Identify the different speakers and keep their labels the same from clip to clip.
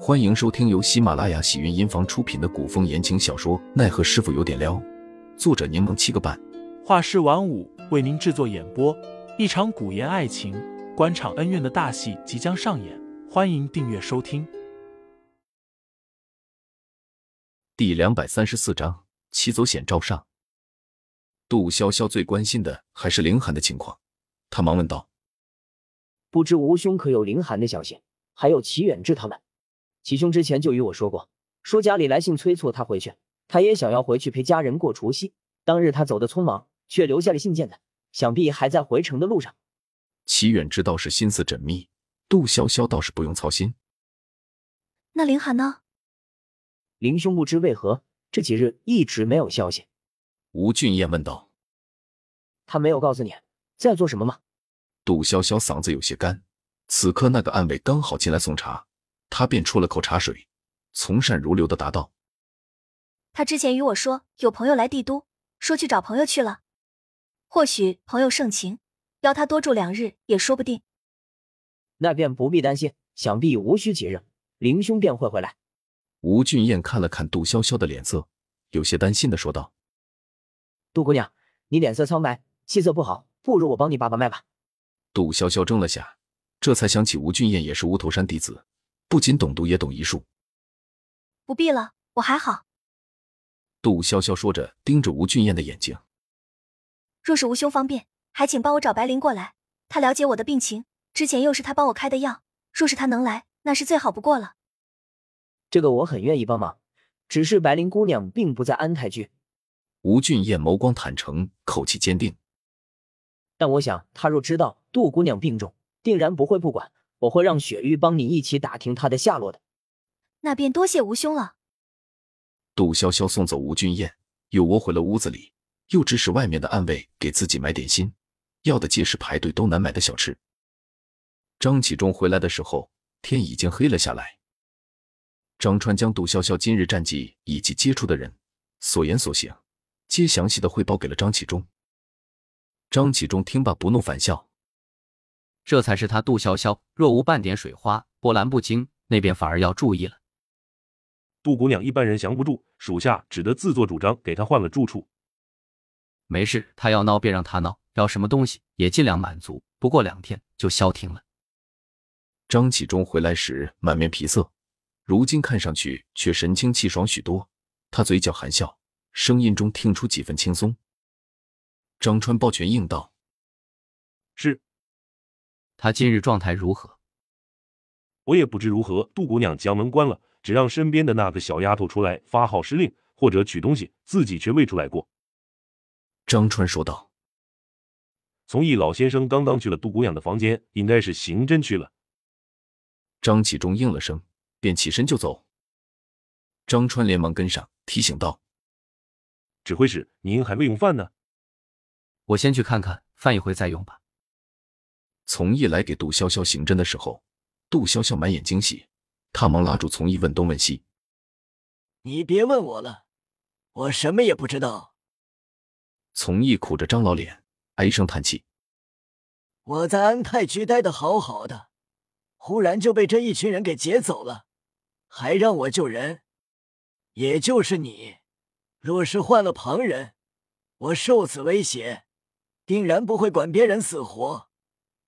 Speaker 1: 欢迎收听由喜马拉雅喜云音房出品的古风言情小说《奈何师傅有点撩》，作者柠檬七个半，
Speaker 2: 画师晚舞为您制作演播。一场古言爱情、官场恩怨的大戏即将上演，欢迎订阅收听。
Speaker 1: 第两百三十四章：骑走险照上。杜潇潇最关心的还是凌寒的情况，她忙问道
Speaker 3: 不知吴兄可有凌寒的消息？还有齐远志他们，齐兄之前就与我说过，说家里来信催促他回去，他也想要回去陪家人过除夕。当日他走得匆忙，却留下了信件的，想必还在回城的路上。：“
Speaker 1: 齐远之倒是心思缜密，杜潇潇倒是不用操心。
Speaker 4: 那凌寒呢？
Speaker 3: 林兄不知为何这几日一直没有消息，”
Speaker 1: 吴俊彦问道
Speaker 3: 他没有告诉你在做什么吗？：“
Speaker 1: 杜潇潇嗓子有些干，此刻那个暗卫刚好进来送茶，她便出了口茶水，从善如流的答道
Speaker 4: 他之前与我说有朋友来帝都，说去找朋友去了。或许朋友盛情，邀他多住两日也说不定。
Speaker 3: 那便不必担心，想必无需几日，林兄便会回来。：“
Speaker 1: 吴俊彦看了看杜潇潇的脸色，有些担心的说道。”
Speaker 3: 杜姑娘，你脸色苍白，气色不好，不如我帮你把把脉吧。
Speaker 1: 杜潇潇怔了下，这才想起吴俊彦也是乌头山弟子，不仅懂毒也懂医术。
Speaker 4: 不必了，我还好。
Speaker 1: 杜潇潇说着，盯着吴俊彦的眼睛。
Speaker 4: 若是吴兄方便，还请帮我找白灵过来，他了解我的病情，之前又是他帮我开的药，若是他能来，那是最好不过了。
Speaker 3: 这个我很愿意帮忙，只是白灵姑娘并不在安泰居，
Speaker 1: 吴俊彦眸光坦诚，口气坚定。
Speaker 3: 但我想，他若知道杜姑娘病重，定然不会不管。我会让雪玉帮你一起打听她的下落的。
Speaker 4: 那便多谢吴兄了。
Speaker 1: 杜潇潇送走吴俊彦，又窝回了屋子里，又指使外面的暗卫给自己买点心，要的尽是排队都难买的小吃。张启忠回来的时候，天已经黑了下来。张川将杜潇潇今日战绩以及接触的人、所言所行，皆详细的汇报给了张启忠。张启忠听罢不怒反笑，
Speaker 5: 这才是他杜潇潇若无半点水花，波澜不惊，那便反而要注意了。
Speaker 6: 杜姑娘一般人降不住，属下只得自作主张给她换了住处。
Speaker 5: 没事，他要闹便让他闹，要什么东西也尽量满足。不过两天就消停了。
Speaker 1: 张启忠回来时满面皮色，如今看上去却神清气爽许多。他嘴角含笑，声音中听出几分轻松。张川抱拳应道
Speaker 6: 是
Speaker 5: 他今日状态如何？
Speaker 6: 我也不知如何，杜姑娘将门关了，只让身边的那个小丫头出来发号施令或者取东西，自己却未出来过。：“
Speaker 1: 张川说道，
Speaker 6: 从一老先生刚刚去了杜姑娘的房间，应该是刑侦去了。
Speaker 1: 张启忠应了声，便起身就走。张川连忙跟上，提醒道
Speaker 6: 指挥使，您还未用饭呢。
Speaker 5: 我先去看看，饭一会再用吧。：“
Speaker 1: 从义来给杜潇潇刑侦的时候，杜潇潇满眼惊喜，他忙拉住从义问东问西。
Speaker 7: 你别问我了，我什么也不知道。
Speaker 1: 从义苦着张老脸，唉声叹气。
Speaker 7: 我在安泰局待的好好的，忽然就被这一群人给劫走了，还让我救人。也就是你，若是换了旁人，我受此威胁，定然不会管别人死活，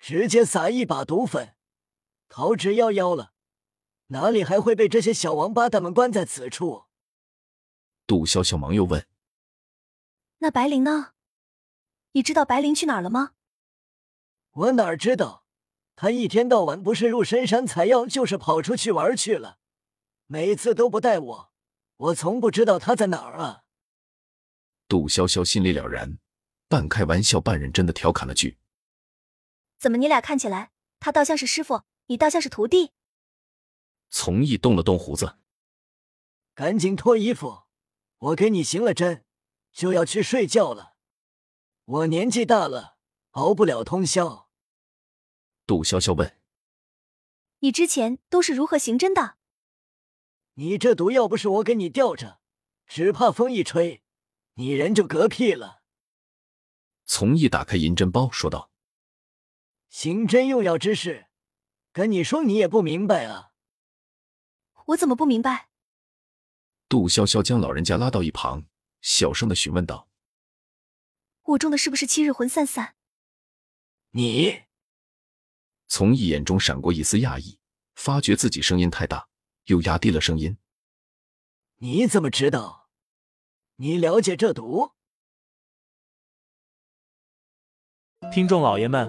Speaker 7: 直接撒一把毒粉，逃之夭夭了。哪里还会被这些小王八蛋们关在此处？
Speaker 1: 杜潇潇忙又问。
Speaker 4: 那白灵呢？你知道白灵去哪儿了吗？
Speaker 7: 我哪知道，他一天到晚不是入深山采药，就是跑出去玩去了，每次都不带我，我从不知道他在哪儿啊。
Speaker 1: 杜潇潇心里了然，半开玩笑半认真的调侃了句。
Speaker 4: 怎么你俩看起来，他倒像是师傅，你倒像是徒弟。
Speaker 1: 从义动了动胡子，
Speaker 7: 赶紧脱衣服，我给你行了针，就要去睡觉了。我年纪大了，熬不了通宵。
Speaker 1: 杜潇潇问
Speaker 4: 你之前都是如何刑侦的？
Speaker 7: 你这毒要不是我给你吊着，只怕风一吹，你人就嗝屁了。
Speaker 1: 从义，打开银针包说道
Speaker 7: 刑侦用药之事，跟你说你也不明白啊。
Speaker 4: 我怎么不明白？
Speaker 1: 杜潇潇将老人家拉到一旁，小声的询问道
Speaker 4: 我中的是不是七日魂散散？
Speaker 7: 你，：“
Speaker 1: 从一眼中闪过一丝讶异，发觉自己声音太大，又压低了声音。
Speaker 7: 你怎么知道？你了解这毒？
Speaker 6: 听众老爷们，